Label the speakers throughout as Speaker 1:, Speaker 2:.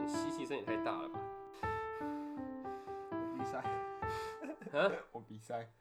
Speaker 1: 你吸气声也太大了吧？
Speaker 2: 鼻塞，
Speaker 1: 啊，
Speaker 2: 我鼻塞，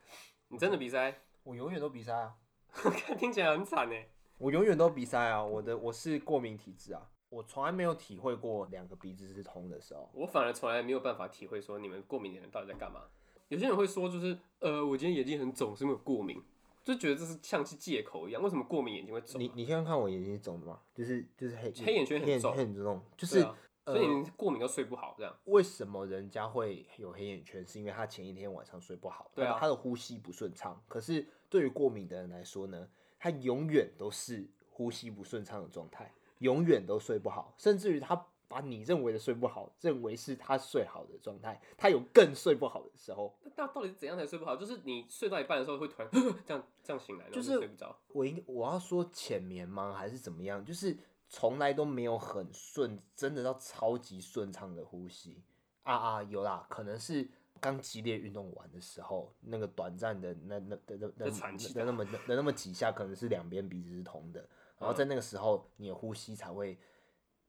Speaker 1: 你真的鼻塞？
Speaker 2: 我永远都鼻塞啊，
Speaker 1: 看听起来很惨哎。
Speaker 2: 我永远都鼻塞啊，我的我是过敏体质啊，我从来没有体会过两个鼻子是通的时候。
Speaker 1: 我反而从来没有办法体会说你们过敏的人到底在干嘛。有些人会说，就是呃，我今天眼睛很肿，是因为我过敏，就觉得这是像是借口一样。为什么过敏眼睛会肿啊、
Speaker 2: 你你现在看我眼睛是肿的吗？就是就是黑
Speaker 1: 黑眼圈很
Speaker 2: 黑眼
Speaker 1: 重
Speaker 2: 圈很重，就
Speaker 1: 对
Speaker 2: 是、呃
Speaker 1: 啊，所以你过敏都睡不好这样。
Speaker 2: 为什么人家会有黑眼圈，是因为他前一天晚上睡不好，
Speaker 1: 对啊
Speaker 2: 然后他的呼吸不顺畅。可是对于过敏的人来说呢，他永远都是呼吸不顺畅的状态，永远都睡不好，甚至于他把你认为的睡不好，认为是他睡好的状态，他有更睡不好的时候。
Speaker 1: 那那到底是怎样才睡不好？就是你睡到一半的时候会突然 这样这样醒来，然后
Speaker 2: 就是
Speaker 1: 睡不着。
Speaker 2: 我应我要说浅眠吗，还是怎么样？就是从来都没有很顺，真的到超级顺畅的呼吸啊啊，有啦，可能是刚激烈运动完的时候，那个短暂的那那那那那
Speaker 1: 就喘气
Speaker 2: 那那么那那么几下，可能是两边鼻子是通的，然
Speaker 1: 嗯
Speaker 2: 后在那个时候你的呼吸才会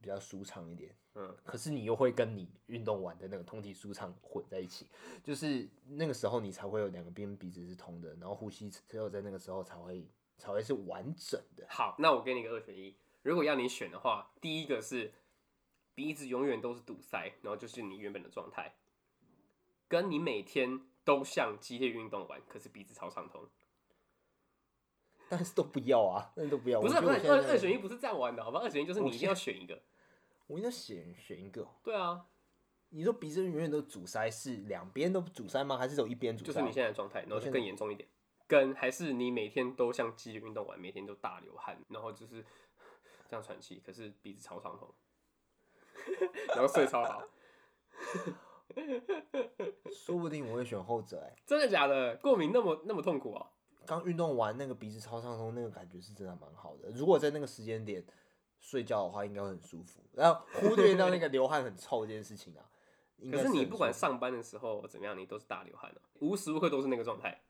Speaker 2: 比较舒畅一点。
Speaker 1: 嗯，
Speaker 2: 可是你又会跟你运动完的那个通体舒畅混在一起，就是那个时候你才会有两个边鼻子是通的，然后呼吸只有在那个时候才会才会是完整的。
Speaker 1: 好，那我给你个二选一。如果要你选的话，第一个是鼻子永远都是堵塞，然后就是你原本的状态，跟你每天都像激烈运动完，可是鼻子超畅通。
Speaker 2: 但是都不要啊，但是都不要。
Speaker 1: 不是
Speaker 2: 我
Speaker 1: 啊不
Speaker 2: 觉得
Speaker 1: 是
Speaker 2: 我
Speaker 1: 啊
Speaker 2: 现在
Speaker 1: 二二选一，不是这样玩的，好吧？二选一就是你一定要选一个。
Speaker 2: 我应该选选一个哦。
Speaker 1: 对啊，
Speaker 2: 你说鼻子永远都阻塞，是两边都阻塞吗？还是有一边阻
Speaker 1: 就
Speaker 2: 塞？
Speaker 1: 是你现在的状态，然后
Speaker 2: 我
Speaker 1: 就
Speaker 2: 现在
Speaker 1: 更严重一点。跟还是你每天都像激烈运动完，每天都大流汗，然后就是这样喘气，可是鼻子超畅通， 然后睡超好，
Speaker 2: 说不定我会选后者哎、
Speaker 1: 真的假的？过敏那么那么痛苦啊？
Speaker 2: 刚运动完那个鼻子超畅通，那个感觉是真的蛮好的。如果在那个时间点睡觉的话，应该会很舒服。然后忽略掉那个流汗很臭这件事情啊。应该
Speaker 1: 可是你
Speaker 2: 很
Speaker 1: 不管
Speaker 2: 舒服
Speaker 1: 上班的时候怎么样，你都是大流汗的、无时无刻都是那个状态。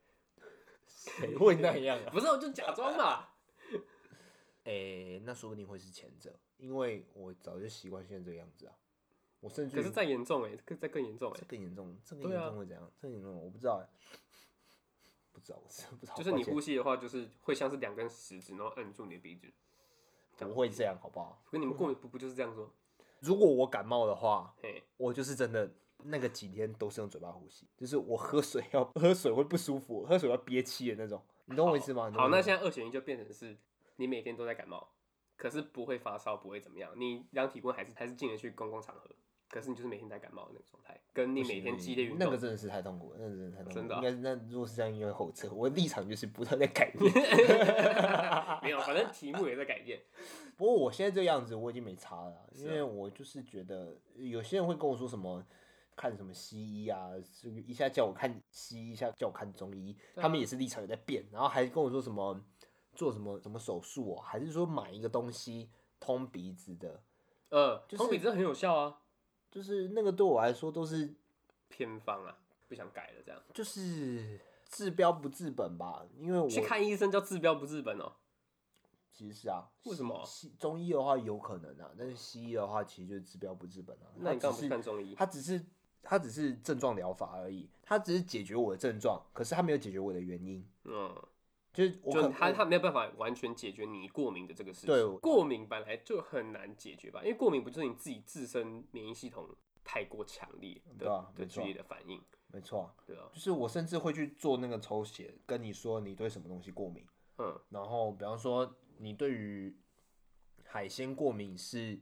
Speaker 2: 谁 会那样啊？
Speaker 1: 不是，我就假装嘛。
Speaker 2: 诶、那说不定会是前者，因为我早就习惯现在这个样子啊。我甚 至
Speaker 1: 可
Speaker 2: 于
Speaker 1: 是再严重哎、欸，更再更严重哎、
Speaker 2: 这更严重，这更
Speaker 1: 对啊
Speaker 2: 严重会怎样？这更严重我不知道、欸，不知道，我真的不知道。
Speaker 1: 就是你
Speaker 2: 抱
Speaker 1: 呼
Speaker 2: 歉
Speaker 1: 吸的话，就是会像是两根食指，然后摁住你的鼻子。
Speaker 2: 不会这样，好不好？
Speaker 1: 跟你们过敏不不就是这样说？
Speaker 2: 如果我感冒的话，
Speaker 1: 嘿，
Speaker 2: 我就是真的那个几天都是用嘴巴呼吸，就是我喝水要 喝水会不舒服，喝水要憋气的那种，你懂我意思吗？你懂
Speaker 1: 好，
Speaker 2: 我
Speaker 1: 那
Speaker 2: 意思吗
Speaker 1: 现在二选一就变成是你每天都在感冒，可是不会发烧，不会怎么样，你量体温还是还是进得去公共场合，可是你就是每天在感冒的那个状态，跟你
Speaker 2: 不
Speaker 1: 每
Speaker 2: 行
Speaker 1: 天
Speaker 2: 不
Speaker 1: 激
Speaker 2: 行
Speaker 1: 烈运
Speaker 2: 那
Speaker 1: 动
Speaker 2: 个，真的是太痛苦了，那个真的太痛苦了。
Speaker 1: 真的啊
Speaker 2: 应该是那如果是这样，应该会后撤。我的立场就是不断在改 变。
Speaker 1: 没有，反正题目也在改变。
Speaker 2: 不过我现在这个样子我已经没差了啊，因
Speaker 1: 是啊
Speaker 2: 为我就是觉得有些人会跟我说什么看什么西医啊，是一下叫我看西医，一下叫我看中医，
Speaker 1: 对啊
Speaker 2: 他们也是立场有在变，然后还跟我说什么做什么什么手术哦，还是说买一个东西通鼻子的，
Speaker 1: 呃，
Speaker 2: 就是
Speaker 1: 通鼻真的很有效啊，
Speaker 2: 就是那个对我来说都是
Speaker 1: 偏方啊，不想改了这样。
Speaker 2: 就是治标不治本吧，因为我
Speaker 1: 去看医生叫治标不治本哦。
Speaker 2: 其实是啊，
Speaker 1: 为什么
Speaker 2: 西西中医的话有可能啊，但是西医的话其实就是治标不治本啊，
Speaker 1: 那你
Speaker 2: 它
Speaker 1: 干嘛
Speaker 2: 只
Speaker 1: 不
Speaker 2: 是
Speaker 1: 看中医？
Speaker 2: 它只是它只是症状疗法而已，它只是解决我的症状，可是它没有解决我的原因，
Speaker 1: 嗯，
Speaker 2: 就是我
Speaker 1: 就
Speaker 2: 可
Speaker 1: 他
Speaker 2: 我
Speaker 1: 他没有办法完全解决你过敏的这个事
Speaker 2: 对
Speaker 1: 情。过敏本来就很难解决吧，因为过敏不就是你自己自身免疫系统太过强烈
Speaker 2: 对
Speaker 1: 的
Speaker 2: 啊
Speaker 1: 的
Speaker 2: 没错
Speaker 1: 剧烈的反应，
Speaker 2: 没错，
Speaker 1: 对啊，
Speaker 2: 就是我甚至会去做那个抽血，跟你说你对什么东西过敏，
Speaker 1: 嗯，
Speaker 2: 然后比方说你对于海鲜过敏是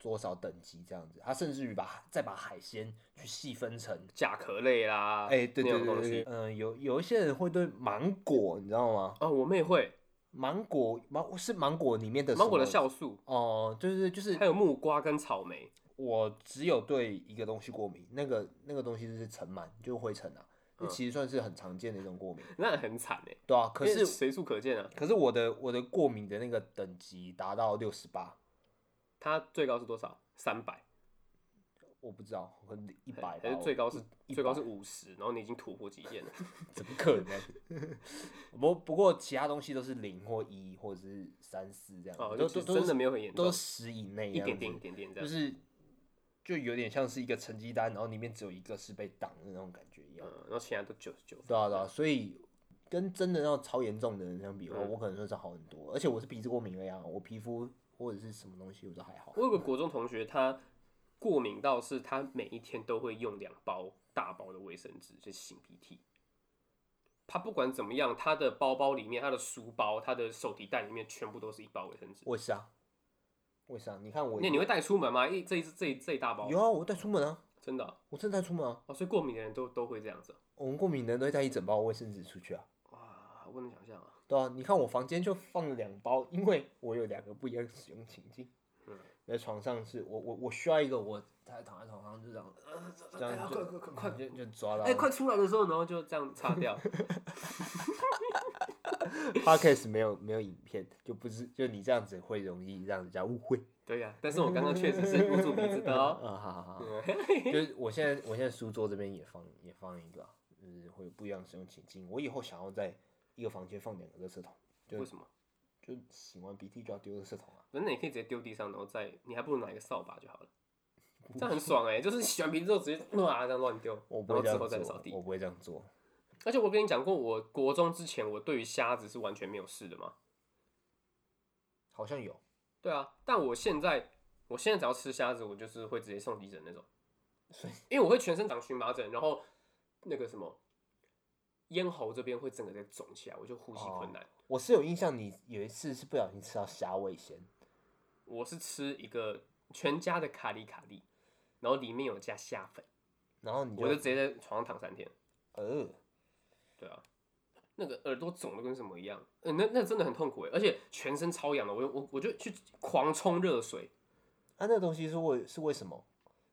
Speaker 2: 多少等级这样子，它甚至于把再把海鲜去细分成。
Speaker 1: 甲壳类啦，
Speaker 2: 哎、对
Speaker 1: 那
Speaker 2: 对
Speaker 1: 啊种
Speaker 2: 对
Speaker 1: 东
Speaker 2: 对，对
Speaker 1: 西。
Speaker 2: 嗯、有有一些人会对芒果，你知道吗？
Speaker 1: 哦，我们也会
Speaker 2: 芒果芒是芒果里面的
Speaker 1: 芒嗯果
Speaker 2: 什
Speaker 1: 的
Speaker 2: 么
Speaker 1: 酵素，
Speaker 2: 哦、对对对，就是
Speaker 1: 还有木瓜跟草莓，
Speaker 2: 我只有对一个东西过敏，那个那个东西就是尘螨，就是灰尘啊，这
Speaker 1: 嗯
Speaker 2: 其实算是很常见的一种过敏，
Speaker 1: 那很惨哎。
Speaker 2: 对啊。可
Speaker 1: 因为
Speaker 2: 是
Speaker 1: 随处可见啊，
Speaker 2: 可是我的我的过敏的那个等级达到六十八，
Speaker 1: 它最高是多少？三百，
Speaker 2: 我不知道，可能一百
Speaker 1: 还是
Speaker 2: 吧，
Speaker 1: 最高是
Speaker 2: 一
Speaker 1: 最高是
Speaker 2: 百
Speaker 1: 五十，然后你已经突破极 限了。
Speaker 2: 怎么可能？ 不不过其他东西都是零或一或者是三四这样，
Speaker 1: 哦，
Speaker 2: 都
Speaker 1: 就
Speaker 2: 都
Speaker 1: 真的没
Speaker 2: 有，
Speaker 1: 有很严重
Speaker 2: 都，十以内这
Speaker 1: 一
Speaker 2: 样子，
Speaker 1: 点点一点点这
Speaker 2: 就
Speaker 1: 样。
Speaker 2: 是就有点像是一个成绩单，然后里面只有一个是被挡的那种感觉一样。
Speaker 1: 嗯，然后其他都九十九分。
Speaker 2: 对啊，对啊，所以跟真的那种超严重的人相比，
Speaker 1: 嗯
Speaker 2: 我我可能算是好很多，而且我是鼻子过敏了呀，我皮肤或者是什么东西我都还好。
Speaker 1: 我有个国中同学，他过敏到是他每一天都会用两包大包的卫生纸去擤鼻涕。他不管怎么样，他的包包里面、他的书包、他的手提袋里面，全部都是一包卫生纸。
Speaker 2: 我也是啊，我也是啊，你看我
Speaker 1: 那你会带出门吗？一这一这一这一大包，
Speaker 2: 有啊，我带出门啊，
Speaker 1: 真的啊
Speaker 2: 我真的带出门啊，
Speaker 1: 哦，所以过敏的人都都会这样子啊。
Speaker 2: 我们过敏的人都会带一整包卫生纸出去啊。
Speaker 1: 哇，我不能想象啊。
Speaker 2: 对啊，你看我房间就放了两包，因为我有两个不一样的使用情境。
Speaker 1: 嗯
Speaker 2: 在床上是我我我需要一个我他躺在床上就这样，这
Speaker 1: 哎呀
Speaker 2: 样就嗯
Speaker 1: 快
Speaker 2: 啊
Speaker 1: 快快快！
Speaker 2: 就就抓到。
Speaker 1: 哎，快出来的时候，然后就这样擦掉。
Speaker 2: Podcast 没有没有影片，就不是就你这样子会容易让人家误会。
Speaker 1: 对呀、但是我刚刚确实是捂住鼻子的 哦。
Speaker 2: 啊，好好好，
Speaker 1: 嗯
Speaker 2: 就是我现在我现在书桌这边也放也放一个啊，就是会有不一样的使用情境。我以后想要在一个房间放两个垃圾桶，
Speaker 1: 为什么？
Speaker 2: 就擤完鼻涕就要丢垃圾桶啊。
Speaker 1: 反正你可以直接丢地上，然后再，你还不如拿一个扫把就好了，这样很爽哎、就是洗完鼻子之后直接哇这样乱丢，
Speaker 2: 我
Speaker 1: 然
Speaker 2: 不会
Speaker 1: 后
Speaker 2: 这
Speaker 1: 之
Speaker 2: 样
Speaker 1: 后再扫
Speaker 2: 做，
Speaker 1: 地
Speaker 2: 我。不会这样做。
Speaker 1: 而且我跟你讲过，我国中之前我对于虾子是完全没有事的嘛。
Speaker 2: 好像有，
Speaker 1: 对啊，但我现在我现在只要吃虾子，我就是会直接送急诊那种，因为我会全身长荨麻疹，然后那个什么咽喉这边会整个在肿起来，我就呼吸困难。
Speaker 2: 我是有印象，你有一次是不小心吃到虾味鲜，
Speaker 1: 我是吃一个全家的卡里卡里，然后里面有加虾粉，
Speaker 2: 然后你
Speaker 1: 我就直接在床上躺三天。
Speaker 2: 呃，
Speaker 1: 对啊，那个耳朵肿的跟什么一样，呃，那那真的很痛苦哎，而且全身超痒的，我我我就去狂冲热水，
Speaker 2: 啊，那个东西是为是为什么？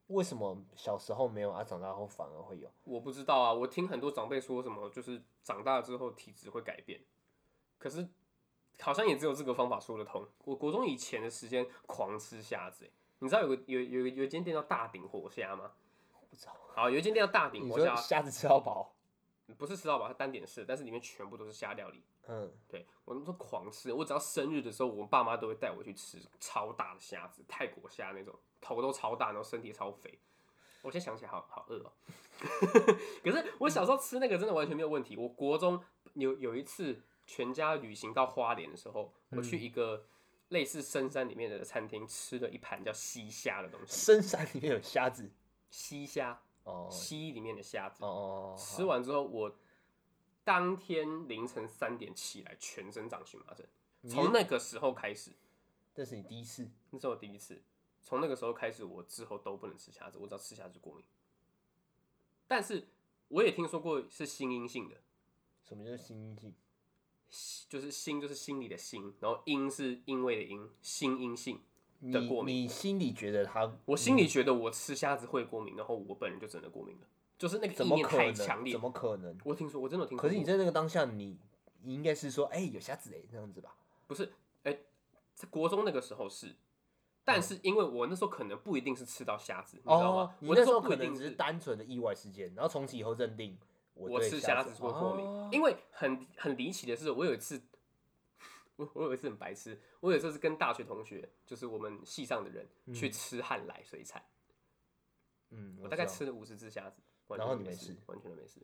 Speaker 2: 为什么小时候没有啊，长大后反而会有？
Speaker 1: 我不知道啊，我听很多长辈说什么，就是长大之后体质会改变，可是好像也只有这个方法说得通。我国中以前的时间狂吃虾子欸，你知道有个有有有一间店叫大饼活虾吗？
Speaker 2: 不知道。
Speaker 1: 好，有一间店叫大饼
Speaker 2: 你
Speaker 1: 活虾
Speaker 2: 说，虾子吃到饱？
Speaker 1: 不是吃到饱，它单点式，但是里面全部都是虾料理。
Speaker 2: 嗯，
Speaker 1: 对我那时候狂吃，我只要生日的时候，我爸妈都会带我去吃超大的虾子，泰国虾那种，头都超大，然后身体超肥。我现在想起来好好饿哦、 可是我小时候吃那个真的完全没有问题。我国中有有一次全家旅行到花莲的时候，我去一个类似深山里面的餐厅吃了一盘叫西虾的东西，
Speaker 2: 深山里面有虾子。
Speaker 1: 西虾，
Speaker 2: 哦
Speaker 1: 西里面的虾子
Speaker 2: 哦。哦，
Speaker 1: 吃完之后，我当天凌晨三点起来，全身长荨麻疹。从那个时候开始，
Speaker 2: 这是你第一次。
Speaker 1: 那是我第一次。从那个时候开始，我之后都不能吃虾子，我只要吃虾子就过敏。但是我也听说过是心因性的，
Speaker 2: 什么叫新阴性？
Speaker 1: 就是心就是心理的心，然后因是因为的因，心因性。
Speaker 2: 你
Speaker 1: 的过敏
Speaker 2: 你心里觉得它
Speaker 1: 我心里觉得我吃虾子会过敏，然后我本人就真的过敏了，就是那个
Speaker 2: 怎
Speaker 1: 意
Speaker 2: 么
Speaker 1: 念
Speaker 2: 可
Speaker 1: 太
Speaker 2: 能？
Speaker 1: 强烈
Speaker 2: 怎。么可能？
Speaker 1: 我听说，我真的有听说过。
Speaker 2: 可是你在那个当下，你你应该是说，哎、有虾子哎、这样子吧？
Speaker 1: 不是，哎、在国中那个时候是，但是因为我那时候可能不一定是吃到虾子，你知道
Speaker 2: 嗯哦
Speaker 1: 吗，？
Speaker 2: 你
Speaker 1: 我
Speaker 2: 那
Speaker 1: 时
Speaker 2: 时候
Speaker 1: 不
Speaker 2: 可
Speaker 1: 一
Speaker 2: 能
Speaker 1: 定
Speaker 2: 只是
Speaker 1: 是
Speaker 2: 单纯的意外事件，然后从此以后认定我
Speaker 1: 我
Speaker 2: 对
Speaker 1: 吃
Speaker 2: 虾
Speaker 1: 虾子会过敏，
Speaker 2: 哦
Speaker 1: 因为很很离奇的是，我有一次，我我有一次很白痴，我有一次是跟大学同学，就是我们系上的人、去吃汉来水产，
Speaker 2: 嗯，
Speaker 1: 我大概
Speaker 2: 知道。
Speaker 1: 吃了五十只虾子，完
Speaker 2: 然
Speaker 1: 全
Speaker 2: 后
Speaker 1: 都
Speaker 2: 你
Speaker 1: 没
Speaker 2: 没
Speaker 1: 事
Speaker 2: 事，
Speaker 1: 完全都没事。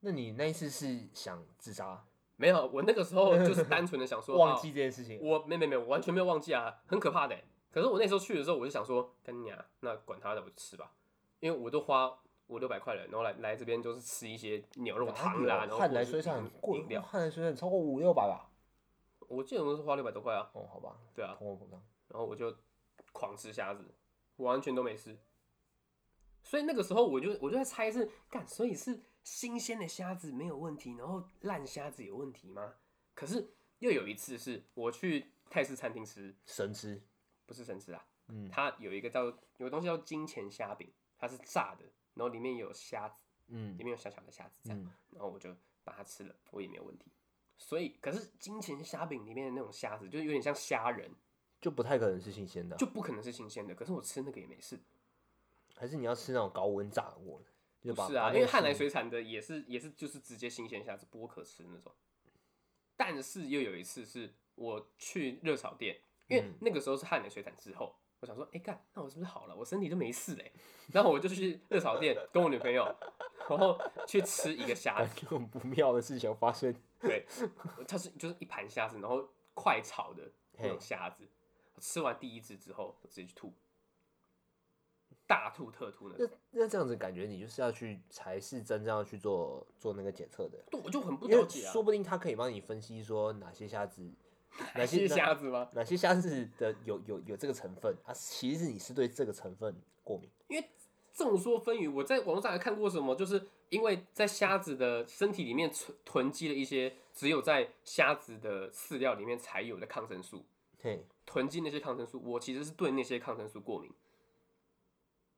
Speaker 2: 那你那一次是想自杀，
Speaker 1: 没有，我那个时候就是单纯的想 说，
Speaker 2: 忘
Speaker 1: 哦
Speaker 2: 记这件事情？
Speaker 1: 我没没没，我完全没有忘记啊，很可怕的欸。可是我那时候去的时候，我就想说，干你啊，那管他的，我就吃吧，因为我都花五六百块了，然后来来这边就是吃一些牛肉汤啦，
Speaker 2: 哪
Speaker 1: 然
Speaker 2: 有
Speaker 1: 后
Speaker 2: 汉
Speaker 1: 或者
Speaker 2: 来
Speaker 1: 是
Speaker 2: 水产很贵哦
Speaker 1: 饮料，
Speaker 2: 汉来水产超过五六百吧？
Speaker 1: 我记得我是花六百多块啊，
Speaker 2: 哦，好吧，
Speaker 1: 对啊，
Speaker 2: 通货膨胀。
Speaker 1: 然后我就狂吃虾子，我完全都没事。所以那个时候我就我就在猜是干，所以是新鲜的虾子没有问题，然后烂虾子有问题吗？可是又有一次是我去泰式餐厅吃，
Speaker 2: 神吃，
Speaker 1: 不是生吃啊，
Speaker 2: 嗯
Speaker 1: 它有一个叫有个东西叫金钱虾饼，它是炸的，然后里面有虾子，
Speaker 2: 嗯
Speaker 1: 里面有小小的虾子这样，
Speaker 2: 嗯
Speaker 1: 然后我就把它吃了，我也没有问题。所以，可是金钱虾饼里面的那种虾子，就是有点像虾仁，
Speaker 2: 就不太可能是新鲜的啊，
Speaker 1: 就不可能是新鲜的。可是我吃那个也没事，
Speaker 2: 还是你要吃那种高温炸过的，就把
Speaker 1: 是啊，
Speaker 2: 把那
Speaker 1: 因为
Speaker 2: 个
Speaker 1: 汉
Speaker 2: 细
Speaker 1: 来水产的也是也是就是直接新鲜虾子剥壳吃的那种。
Speaker 2: 嗯
Speaker 1: 但是又有一次是我去热炒店，因为那个时候是汉来水产之后，我想说，哎、干，那我是不是好了？我身体都没事嘞、然后我就去热炒店跟我女朋友，然后去吃一个虾
Speaker 2: 感
Speaker 1: 子，
Speaker 2: 觉很不妙的事情发生。
Speaker 1: 对，它是就是一盘虾子，然后快炒的那种
Speaker 2: 嘿
Speaker 1: 虾子。吃完第一只之后，我直接去吐，大吐特 吐那
Speaker 2: 那
Speaker 1: 种。
Speaker 2: 那这样子感觉你就是要去才是真正要去做做那个检测的，
Speaker 1: 对，我就很不
Speaker 2: 因
Speaker 1: 了
Speaker 2: 为
Speaker 1: 解啊
Speaker 2: 说，不定他可以帮你分析说哪些虾子，哪
Speaker 1: 哪
Speaker 2: 些
Speaker 1: 些
Speaker 2: 哪
Speaker 1: 虾子吗？
Speaker 2: 哪些虾子的有有有这个成分啊，其实你是对这个成分过敏。
Speaker 1: 众说纷纭，我在网络上还看过什么，就是因为在虾子的身体里面存囤积了一些只有在虾子的饲料里面才有的抗生素，
Speaker 2: 嘿，
Speaker 1: 囤积那些抗生素，我其实是对那些抗生素过敏，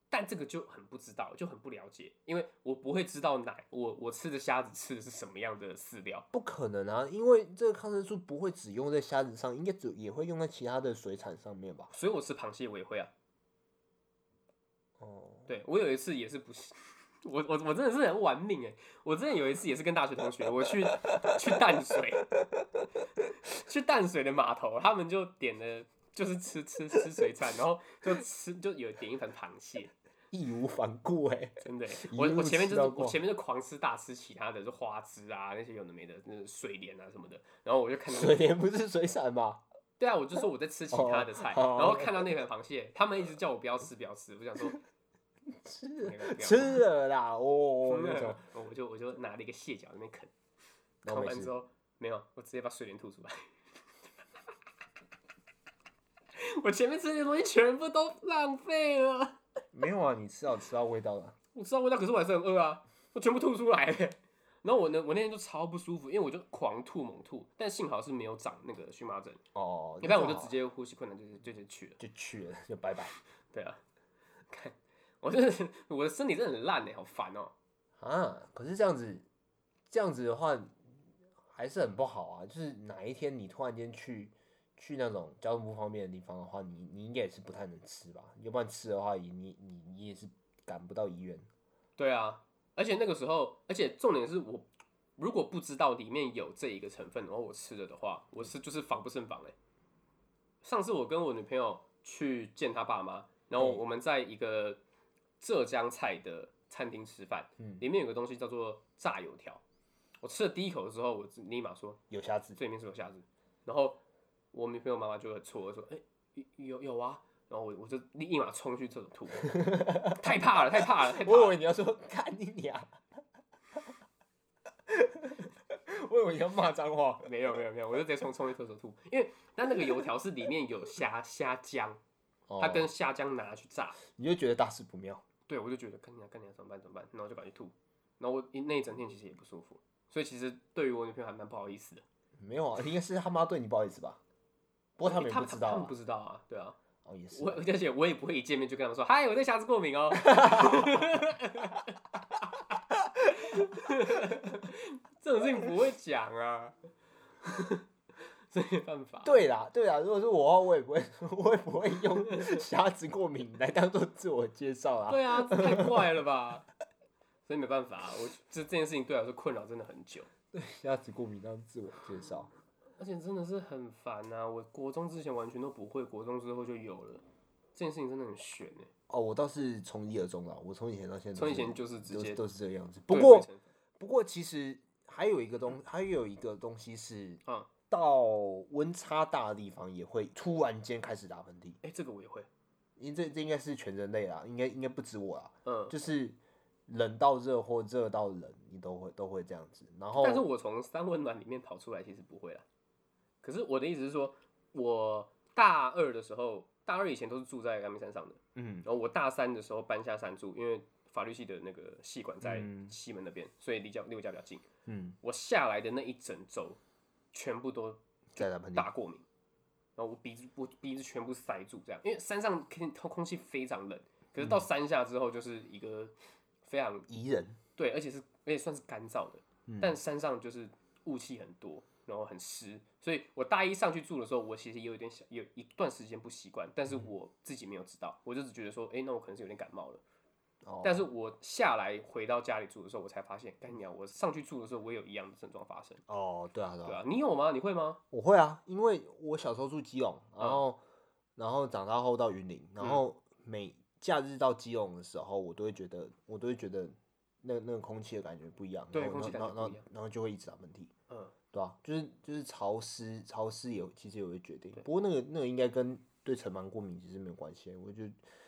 Speaker 1: 但这个就很不知道，就很不了解，因为我不会知道奶，我我吃的虾子吃的是什么样的饲料，
Speaker 2: 不可能啊，因为这个抗生素不会只用在虾子上，应该只也会用在其他的水产上面吧？
Speaker 1: 所以我吃螃蟹我也会啊。
Speaker 2: 哦，
Speaker 1: 对我有一次也是不是，我我我真的是很玩命哎、我真的有一次也是跟大学同学，我去去淡水，去淡水的码头，他们就点了就是吃吃吃水产，然后就吃就有点一盆螃蟹，
Speaker 2: 义无反顾哎、
Speaker 1: 真的欸、
Speaker 2: 一
Speaker 1: 我
Speaker 2: 路
Speaker 1: 我前面
Speaker 2: 吃
Speaker 1: 就
Speaker 2: 到
Speaker 1: 是我
Speaker 2: 过
Speaker 1: 前面就狂吃大吃其他的，就花枝啊那些有的没的，那水莲啊什么的，然后我就看到那
Speaker 2: 水莲不是水产吗？
Speaker 1: 对啊，我就说我在吃其他的菜，
Speaker 2: 哦哦
Speaker 1: 然后看到那盆螃蟹，他们一直叫我不要吃不要吃，我想说
Speaker 2: 吃
Speaker 1: 那个不要
Speaker 2: 吃了啦，哦，那种，
Speaker 1: 我就我就拿了一个蟹脚在那边啃，啃
Speaker 2: 然后没
Speaker 1: 完
Speaker 2: 事
Speaker 1: 之后没有，我直接把水莲吐出来。 我前面吃的东西全部都浪费了，
Speaker 2: 没有啊，你吃到吃到味道啊了，
Speaker 1: 我知道味道，可是我还是很饿啊，我全部吐出来了。然后我呢，我那天就超不舒服，因为我就狂吐猛吐，但幸好是没有长那个荨麻疹，
Speaker 2: 哦，
Speaker 1: 要不然我
Speaker 2: 那
Speaker 1: 就
Speaker 2: 好
Speaker 1: 直接呼吸困难就就就就去了。
Speaker 2: 就去了， 就拜拜
Speaker 1: 对啊， 看我真的是我的身体真的很烂哎、好烦哦、
Speaker 2: 啊。可是这样子，这样子的话还是很不好啊。就是哪一天你突然间去去那种交通不方便的地方的话，你你应该也是不太能吃吧？要不然吃的话，你你你也是赶不到医院。
Speaker 1: 对啊，而且那个时候，而且重点是我如果不知道里面有这一个成分，然后我吃了的话，我是就是防不胜防哎、上次我跟我女朋友去见她爸妈，然后
Speaker 2: 嗯
Speaker 1: 我们在一个浙江菜的餐厅吃饭，
Speaker 2: 嗯，
Speaker 1: 里面有个东西叫做炸油条。我吃了第一口之后，我立马说
Speaker 2: 有虾子，
Speaker 1: 这里面是有虾子。然后我女朋友妈妈就会戳愕说：“哎、有有啊！”然后我我就立马冲去厕所吐， 太怕了，太怕了，太怕
Speaker 2: 我以
Speaker 1: 了
Speaker 2: 为。你要说 看你娘， 我以为你要骂脏话。
Speaker 1: 没有没有没有，我就直接冲冲去厕所吐，因为那那个油条是里面有虾虾浆，它跟
Speaker 2: 哦
Speaker 1: 虾浆拿去炸，
Speaker 2: 你就觉得大事不妙。
Speaker 1: 对我就觉得看你啊看你啊怎么办怎么办，然后我就赶紧吐，然后我一那一整天其实也不舒服，所以其实对于我女朋友还蛮不好意思的，
Speaker 2: 没有啊，应该是他妈对你不好意思吧？不过他们也
Speaker 1: 他
Speaker 2: 不
Speaker 1: 们
Speaker 2: 知道
Speaker 1: 他
Speaker 2: 啊
Speaker 1: 们不。知道啊，对啊，
Speaker 2: 哦，也是
Speaker 1: 我。而且我也不会一见面就跟他们说嗨我对虾子过敏 哦， 这种事情不会讲啊， 这没办法，
Speaker 2: 对啦，对啦，如果是我的话，我也不会， 我也不会用虾子过敏来当做自我介绍啊。
Speaker 1: 对啊，这太怪了吧！ 所以没办法，啊我这这件事情对我来说困扰真的很久，
Speaker 2: 虾子过敏当自我介绍，
Speaker 1: 而且真的是很烦啊！我国中之前完全都不会，国中之后就有了，这件事情真的很悬哎、
Speaker 2: 哦，我倒是从一而终啦，我从以前到现在都
Speaker 1: 从以
Speaker 2: 是，
Speaker 1: 前就是直
Speaker 2: 都
Speaker 1: 接
Speaker 2: 是都是这个样子。不
Speaker 1: 对
Speaker 2: 过
Speaker 1: 回，程
Speaker 2: 不过其实还有一个东，还有一个东西是，
Speaker 1: 嗯，
Speaker 2: 到温差大的地方也会突然间开始打喷嚏，
Speaker 1: 哎、这个我也会，
Speaker 2: 因为这这应该是全人类啦，应该应该不止我啦。
Speaker 1: 嗯，
Speaker 2: 就是冷到热或热到冷，你都会都会这样子。然后，
Speaker 1: 但是我从三温暖里面跑出来其实不会啦。可是我的意思是说，我大二的时候，大二以前都是住在阳明山上的，
Speaker 2: 嗯，
Speaker 1: 然后我大三的时候搬下山住，因为法律系的那个系馆在
Speaker 2: 嗯
Speaker 1: 西门那边，所以离家离我家比较近。
Speaker 2: 嗯，
Speaker 1: 我下来的那一整周，全部都
Speaker 2: 再打喷嚏，
Speaker 1: 大过敏，然后我鼻子我鼻子全部塞住，这样，因为山上空空气非常冷，可
Speaker 2: 嗯
Speaker 1: 是到山下之后就是一个非常
Speaker 2: 宜人，
Speaker 1: 对，而且是而且算是干燥的，
Speaker 2: 嗯
Speaker 1: 但山上就是雾气很多，然后很湿，所以我大一上去住的时候，我其实也有点小有一段时间不习惯，但
Speaker 2: 嗯
Speaker 1: 是我自己没有知道，我就只觉得说，哎、那我可能是有点感冒了。
Speaker 2: 哦，
Speaker 1: 但是我下来回到家里住的时候，我才发现，干啊娘，我上去住的时候，我也有一样的症状发生。
Speaker 2: 哦，对啊，对
Speaker 1: 对
Speaker 2: 啊，
Speaker 1: 啊，你有吗？你会吗？嗯
Speaker 2: 我会啊，因为我小时候住基隆，然后然后长大后到云林，然后每假日到基隆的时候，我都会觉得，我都会觉得那那个空气的感觉不一样，
Speaker 1: 对
Speaker 2: 然后
Speaker 1: 空气感
Speaker 2: 然后
Speaker 1: 觉
Speaker 2: 然
Speaker 1: 不
Speaker 2: 后
Speaker 1: 一样
Speaker 2: 然后就会一直打喷嚏，
Speaker 1: 嗯，
Speaker 2: 对吧、就是就是潮湿，潮湿也其实也会决定
Speaker 1: 对，
Speaker 2: 不过那个那个应该跟对尘螨过敏其实没有关系，我就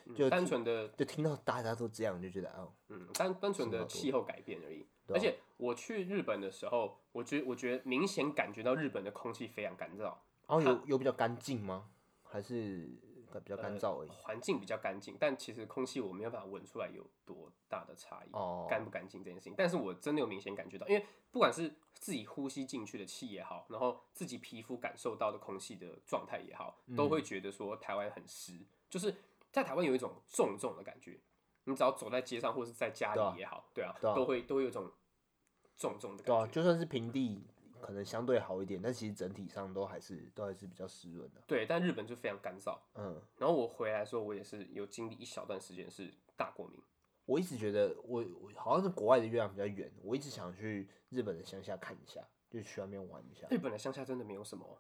Speaker 1: 嗯
Speaker 2: 就
Speaker 1: 单
Speaker 2: 听
Speaker 1: 纯的
Speaker 2: 就听到大家都这样，就觉得哦，
Speaker 1: 嗯，单单纯
Speaker 2: 差
Speaker 1: 的
Speaker 2: 不多
Speaker 1: 气候改变而已。而
Speaker 2: 对啊
Speaker 1: 且我去日本的时候，我觉我觉得明显感觉到日本的空气非常干燥，
Speaker 2: 然后有有比较干净吗？还是比
Speaker 1: 呃
Speaker 2: 较干燥而已？
Speaker 1: 环境比较干净，但其实空气我没有办法闻出来有多大的差异，
Speaker 2: 哦，
Speaker 1: 干不干净这件事情。但是我真的有明显感觉到，因为不管是自己呼吸进去的气也好，然后自己皮肤感受到的空气的状态也好，都
Speaker 2: 嗯
Speaker 1: 会觉得说台湾很湿，就是在台湾有一种重重的感觉。你只要走在街上或是在家
Speaker 2: 对啊
Speaker 1: 里也好，对啊，
Speaker 2: 对啊
Speaker 1: 都会都会有一种重重的感
Speaker 2: 对
Speaker 1: 觉。
Speaker 2: 啊，就算是平地，可能相对好一点，但其实整体上都还是都还是比较湿润的。
Speaker 1: 对，但日本就非常干燥。
Speaker 2: 嗯，
Speaker 1: 然后我回来的时候，我也是有经历一小段时间是大过敏。
Speaker 2: 我一直觉得我我好像是国外的月亮比较圆，我一直想去日本的乡下看一下，就去那边玩一下，
Speaker 1: 日本的乡下真的没有什么。哦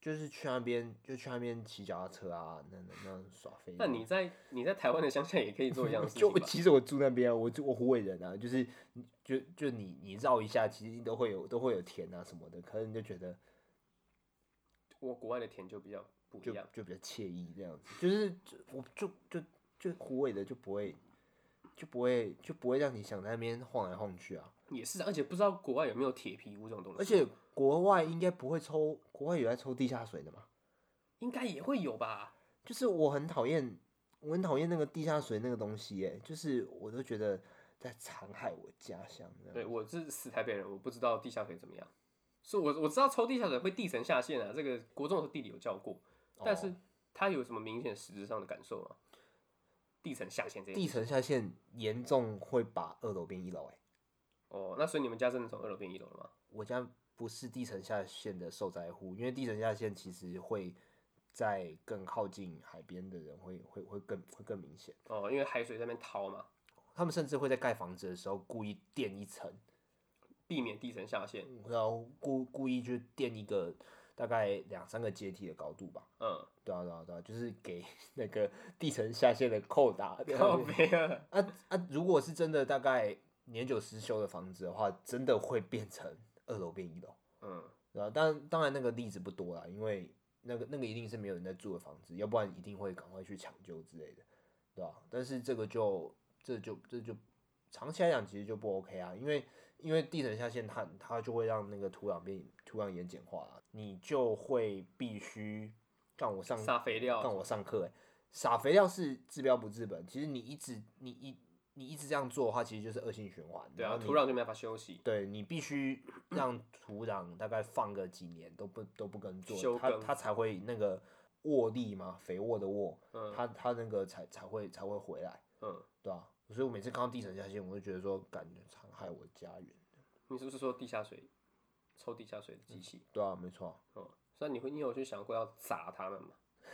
Speaker 2: 就是去那边就去那边骑脚踏车啊，那那那样耍飞。
Speaker 1: 那你在你在台湾的乡下也可以做一样的事情
Speaker 2: 嗯 就
Speaker 1: 吧？
Speaker 2: 其实我住那边啊，我住我湖北人啊，就是就就你你绕一下，其实都会有都会有田啊什么的，可能你就觉得
Speaker 1: 我国外的田就比较不
Speaker 2: 就
Speaker 1: 一样。
Speaker 2: 就比较惬意这样子，就是就我就就就胡伟的就不会就不会就不会让你想在那边晃来晃去啊，
Speaker 1: 也是啊，而且不知道国外有没有铁皮屋这种东西，
Speaker 2: 而且国外应该不会抽，国外有在抽地下水的嘛，
Speaker 1: 应该也会有吧。
Speaker 2: 就是我很讨厌我很讨厌那个地下水那个东西耶、就是我都觉得在残害我家乡这样，
Speaker 1: 对，我是死台北人，我不知道地下水怎么样。是我我知道抽地下水会地层下陷啊，这个国中的时候地理有教过，但是
Speaker 2: 哦
Speaker 1: 它有什么明显实质上的感受吗？地层下陷这件
Speaker 2: 地
Speaker 1: 事
Speaker 2: 层下陷严重会把二楼变一楼哎、
Speaker 1: 哦，那所以你们家真的从二楼变一楼了吗？
Speaker 2: 我家不是地层下陷的受灾户，因为地层下陷其实会在更靠近海边的人会会会更会更明显，
Speaker 1: 哦，因为海水在那边掏嘛，
Speaker 2: 他们甚至会在盖房子的时候故意垫一层，
Speaker 1: 避免地层下陷。
Speaker 2: 然后故故意就垫一个大概两三个阶梯的高度吧。
Speaker 1: 嗯，
Speaker 2: 对啊对啊对啊，就是给那个地层下陷的扣打。这
Speaker 1: 靠
Speaker 2: 样子
Speaker 1: 背啊，
Speaker 2: 啊啊！如果是真的大概年久失修的房子的话，真的会变成二楼变一楼。
Speaker 1: 嗯，
Speaker 2: 啊，当然当然那个例子不多啦，因为那个那个一定是没有人在住的房子，要不然一定会赶快去抢救之类的，对吧、但是这个就这就这就长期来讲其实就不 OK 啊，因为因为地层下陷它它就会让那个土壤变土壤盐碱化啊，你就会必须干我上
Speaker 1: 撒肥料
Speaker 2: 干我上课欸撒肥料是治标不治本，其实你一直你一你一直这样做的话，其实就是恶性循环，
Speaker 1: 对
Speaker 2: 然
Speaker 1: 啊，
Speaker 2: 后你
Speaker 1: 土壤就没办法休息。
Speaker 2: 对你必须让土壤大概放个几年都不都不耕
Speaker 1: 休
Speaker 2: 作，它
Speaker 1: 耕
Speaker 2: 它才会那个沃粒嘛，肥沃的沃，
Speaker 1: 嗯
Speaker 2: 它它那个才才会才会回来，
Speaker 1: 嗯，
Speaker 2: 对吧、所以我每次看到地层下陷，我就觉得说，感觉残害我家园，
Speaker 1: 你是不是说地下水抽地下水的机器？
Speaker 2: 对啊，没错啊，
Speaker 1: 哦，所以你会你有去想过要砸他们吗？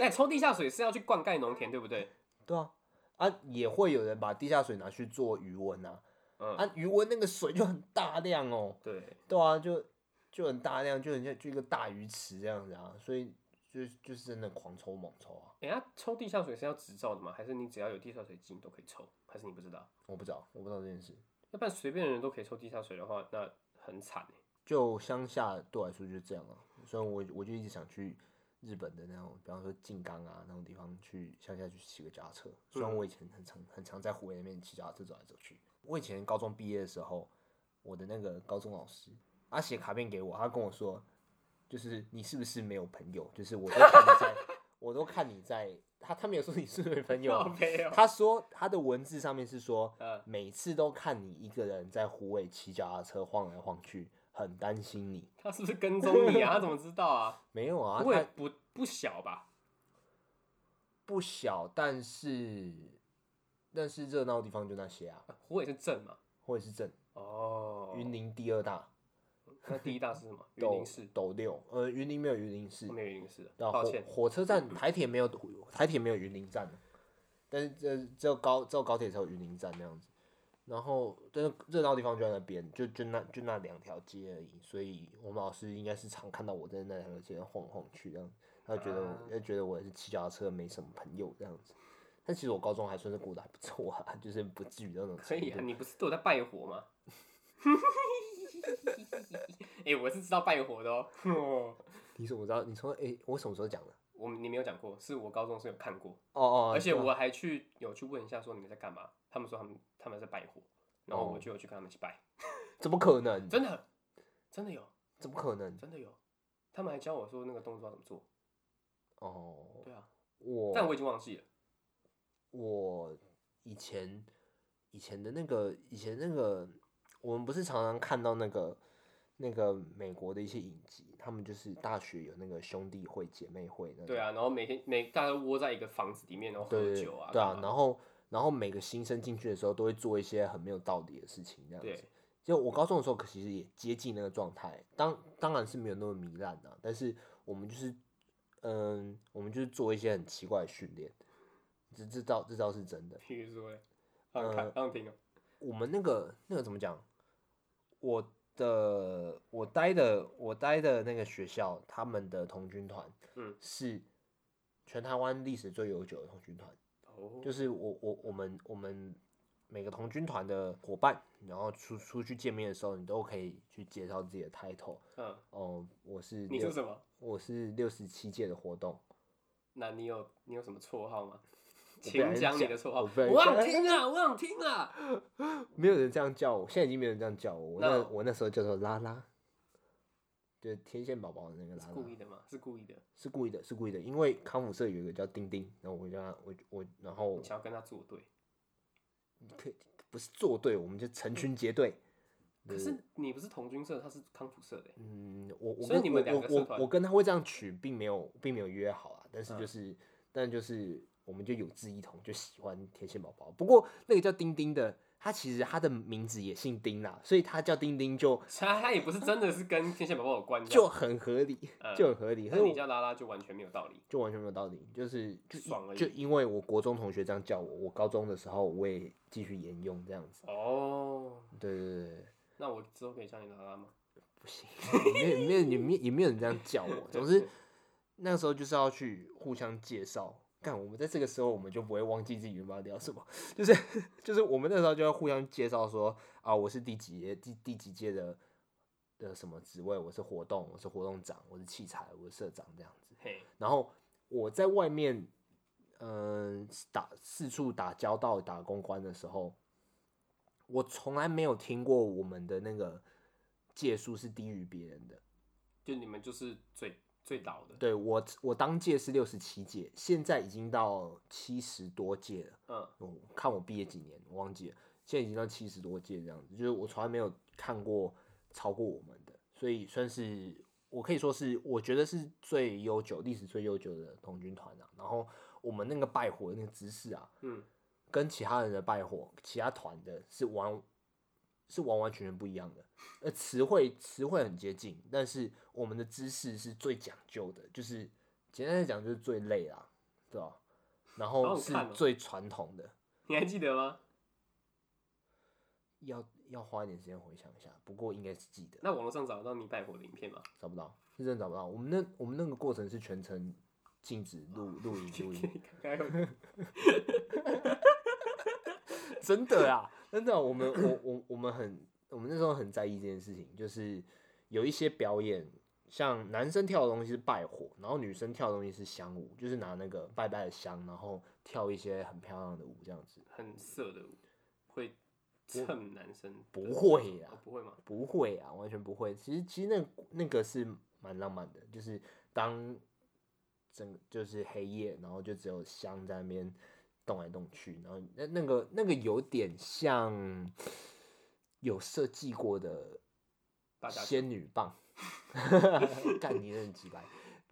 Speaker 1: 哎、抽地下水是要去灌溉农田，对不对？
Speaker 2: 对啊，啊也会有人把地下水拿去做鱼温啊，
Speaker 1: 嗯，
Speaker 2: 啊鱼温那个水就很大量哦，
Speaker 1: 对，
Speaker 2: 对啊，就就很大量，就很像就一个大鱼池这样子啊，所以就就是真的狂抽猛抽啊，
Speaker 1: 哎、那抽地下水是要执照的吗？还是你只要有地下水机你都可以抽？还是你不知道？
Speaker 2: 我不知道我不知道这件事。
Speaker 1: 要不然随便的人都可以抽地下水的话，那很惨哎、
Speaker 2: 就乡下对我来说就是这样啊，所以我我就一直想去日本的那种，比方说静冈啊那种地方去乡下去骑个脚踏车。虽然我以前很常很常在湖北那边骑脚踏车走来走去。我以前高中毕业的时候，我的那个高中老师，他写卡片给我，他跟我说，就是你是不是没有朋友？就是我都看你在，我都看你在，他他没有说你是不是没朋友 啊、
Speaker 1: 靠背哦
Speaker 2: 他说他的文字上面是说，
Speaker 1: 嗯
Speaker 2: 每次都看你一个人在湖尾骑脚踏车晃来晃去，很担心你。
Speaker 1: 他是不是跟踪你啊？他怎么知道啊？
Speaker 2: 没有啊，
Speaker 1: 我也
Speaker 2: 他
Speaker 1: 不不小吧？
Speaker 2: 不小，但是但是热闹的地方就那些啊，
Speaker 1: 湖北是镇嘛？
Speaker 2: 或者是镇，
Speaker 1: 哦，
Speaker 2: 云林第二大，
Speaker 1: 那第一大是什么？云
Speaker 2: 斗
Speaker 1: 林市，哦
Speaker 2: 斗六，呃，云林没有云林市
Speaker 1: 后，面有云林市，
Speaker 2: 然
Speaker 1: 抱
Speaker 2: 后
Speaker 1: 歉，
Speaker 2: 火车站台铁没有台铁没有云林站，但是这只有高只有高铁才有云林站那样子。然后，但是热闹的地方就在那边，就就那就那两条街而已，所以我们老师应该是常看到我在那两条街上晃来晃去这样。他就觉得
Speaker 1: 啊
Speaker 2: 我就觉得我是骑脚踏车没什么朋友这样子。但其实我高中还算是过得还不错啊， 就是不至于到那种
Speaker 1: 可
Speaker 2: 程
Speaker 1: 以啊，
Speaker 2: 度。
Speaker 1: 你不是都有在拜火吗？ 哎、我是知道拜火的 哦。
Speaker 2: 你怎么知道？你从哎、我什么时候讲的？
Speaker 1: 我们你没有讲过，是我高中是有看过，
Speaker 2: 哦哦，
Speaker 1: 而且
Speaker 2: 是吗
Speaker 1: 我还去有去问一下说你们在干嘛，他们说他们他们在拜火，然后
Speaker 2: 哦
Speaker 1: 我就有去跟他们一起拜，
Speaker 2: 怎么可能？
Speaker 1: 真的真的有
Speaker 2: 怎么可能？
Speaker 1: 真的有，他们还教我说那个动作要怎么做，
Speaker 2: 哦，
Speaker 1: 对啊，
Speaker 2: 我
Speaker 1: 但我已经忘记了，
Speaker 2: 我以前以前的那个以前那个，我们不是常常看到那个那个美国的一些影集，他们就是大学有那个兄弟会、姐妹会那种，
Speaker 1: 对啊，然后每天每大家都窝在一个房子里面，然后
Speaker 2: 对
Speaker 1: 喝
Speaker 2: 对
Speaker 1: 酒啊，
Speaker 2: 对
Speaker 1: 干
Speaker 2: 啊
Speaker 1: 嘛，
Speaker 2: 然后然后每个新生进去的时候都会做一些很没有道理的事情，这样子
Speaker 1: 对。
Speaker 2: 就我高中的时候，可其实也接近那个状态，当当然是没有那么糜烂啊，但是我们就是，嗯，我们就是做一些很奇怪的训练，这这倒这倒是真的。
Speaker 1: 比如说嘞，
Speaker 2: 呃
Speaker 1: 让看让听哦，
Speaker 2: 我们那个那个怎么讲？我的我待的我待的那个学校，他们的童军团，
Speaker 1: 嗯，
Speaker 2: 是全台湾历史最悠久的童军团。
Speaker 1: 哦，
Speaker 2: 就是我我我们我们每个童军团的伙伴，然后出出去见面的时候，你都可以去介绍自己的 title。
Speaker 1: 嗯，
Speaker 2: 哦，我是
Speaker 1: 你
Speaker 2: 六
Speaker 1: 是什么？
Speaker 2: 我是六十七届的活动，
Speaker 1: 那你有你有什么绰号吗？
Speaker 2: 我不小
Speaker 1: 请
Speaker 2: 心
Speaker 1: 讲你
Speaker 2: 讲
Speaker 1: 的绰号。
Speaker 2: 我不小
Speaker 1: 我
Speaker 2: 心
Speaker 1: 想
Speaker 2: 讲
Speaker 1: 听啊，我想听啊。
Speaker 2: 没有人这样叫我，现在已经没有人这样叫我。我那
Speaker 1: 那
Speaker 2: 我那时候叫做拉拉，就是天线宝宝的那个拉
Speaker 1: 是
Speaker 2: 拉。
Speaker 1: 故意的吗？是故意的，
Speaker 2: 是故意的，是故意的，因为康复社有一个叫丁丁，然后我叫他，我我然后
Speaker 1: 你想要跟他作对。
Speaker 2: 可不是作对，我们就成群结队。
Speaker 1: 可是你不是童军社，他是康复社的欸。
Speaker 2: 嗯，我我
Speaker 1: 所以
Speaker 2: 跟
Speaker 1: 你们
Speaker 2: 我
Speaker 1: 两个
Speaker 2: 我
Speaker 1: 社
Speaker 2: 我
Speaker 1: 团
Speaker 2: 我跟他会这样取，并没有并没有约好啊，但是
Speaker 1: 嗯
Speaker 2: 就是、但就是我们就有志一同，就喜欢天线宝宝。不过那个叫丁丁的，他其实他的名字也姓丁啦，所以他叫丁丁就
Speaker 1: 欸 他他也不是真的是跟天线宝宝有关的。
Speaker 2: 就很合理，
Speaker 1: 嗯
Speaker 2: 就很合理。
Speaker 1: 那
Speaker 2: 所以
Speaker 1: 你
Speaker 2: 我
Speaker 1: 叫拉拉就完全没有道理。
Speaker 2: 就完全没有道理，就是就
Speaker 1: 爽而已
Speaker 2: 就因为我国中同学这样叫我，我高中的时候我也继续沿用这样子。
Speaker 1: 哦，
Speaker 2: 对对对对，
Speaker 1: 那我之后可以叫你拉拉吗？
Speaker 2: 不行，没有没有也没有也没有人这样叫我。总之那时候就是要去互相介绍。干，我们在这个时候我们就不会忘记自己原本要聊什么，就是 就是我们那时候就要互相介绍说啊，我是第几届第第几届的的什么职位，我是活动，我是活动长，我是器材，我是社长这样子。
Speaker 1: 嘿，
Speaker 2: 然后我在外面，嗯、打四处打交道、打公关的时候，我从来没有听过我们的那个届数是低于别人的。
Speaker 1: 就你们就是最最倒的。
Speaker 2: 对我，我当届是六十七届，现在已经到七十多届了。
Speaker 1: 嗯，
Speaker 2: 我看我毕业几年，我忘记了，现在已经到七十多届这样子，就是我从来没有看过超过我们的，所以算是我可以说是我觉得是最悠久、历史最悠久的童军团啊。然后我们那个拜火的那个姿势啊，
Speaker 1: 嗯，
Speaker 2: 跟其他人的拜火、其他团的是完是完完全全不一样的。呃，词汇词汇很接近，但是我们的姿势是最讲究的，就是简单来讲就是最累啦，对吧、然
Speaker 1: 好
Speaker 2: 后
Speaker 1: 好
Speaker 2: 是
Speaker 1: 看哦
Speaker 2: 最传统的，
Speaker 1: 你还记得吗？
Speaker 2: 要要花一点时间回想一下，不过应该是记得，
Speaker 1: 那网络上找得到你拜火的影片吗？
Speaker 2: 找不到，是真的找不到。我们那我们那个过程是全程禁止录录音录音，
Speaker 1: 看看
Speaker 2: 真的啊， 真的啊、我们我我我们很我们那时候很在意这件事情，就是有一些表演，像男生跳的东西是拜火，然后女生跳的东西是香舞，就是拿那个拜拜的香，然后跳一些很漂亮的舞这样子。
Speaker 1: 很色的舞会蹭男生的？
Speaker 2: 不会啊
Speaker 1: 哦不会吗？
Speaker 2: 不会啊，完全不会。其实其实那那个是蛮浪漫的，就是当整就是黑夜，然后就只有香在那边动来动去，然后那那个那个有点像有设计过的
Speaker 1: 八加九
Speaker 2: 仙女棒，干你很几百。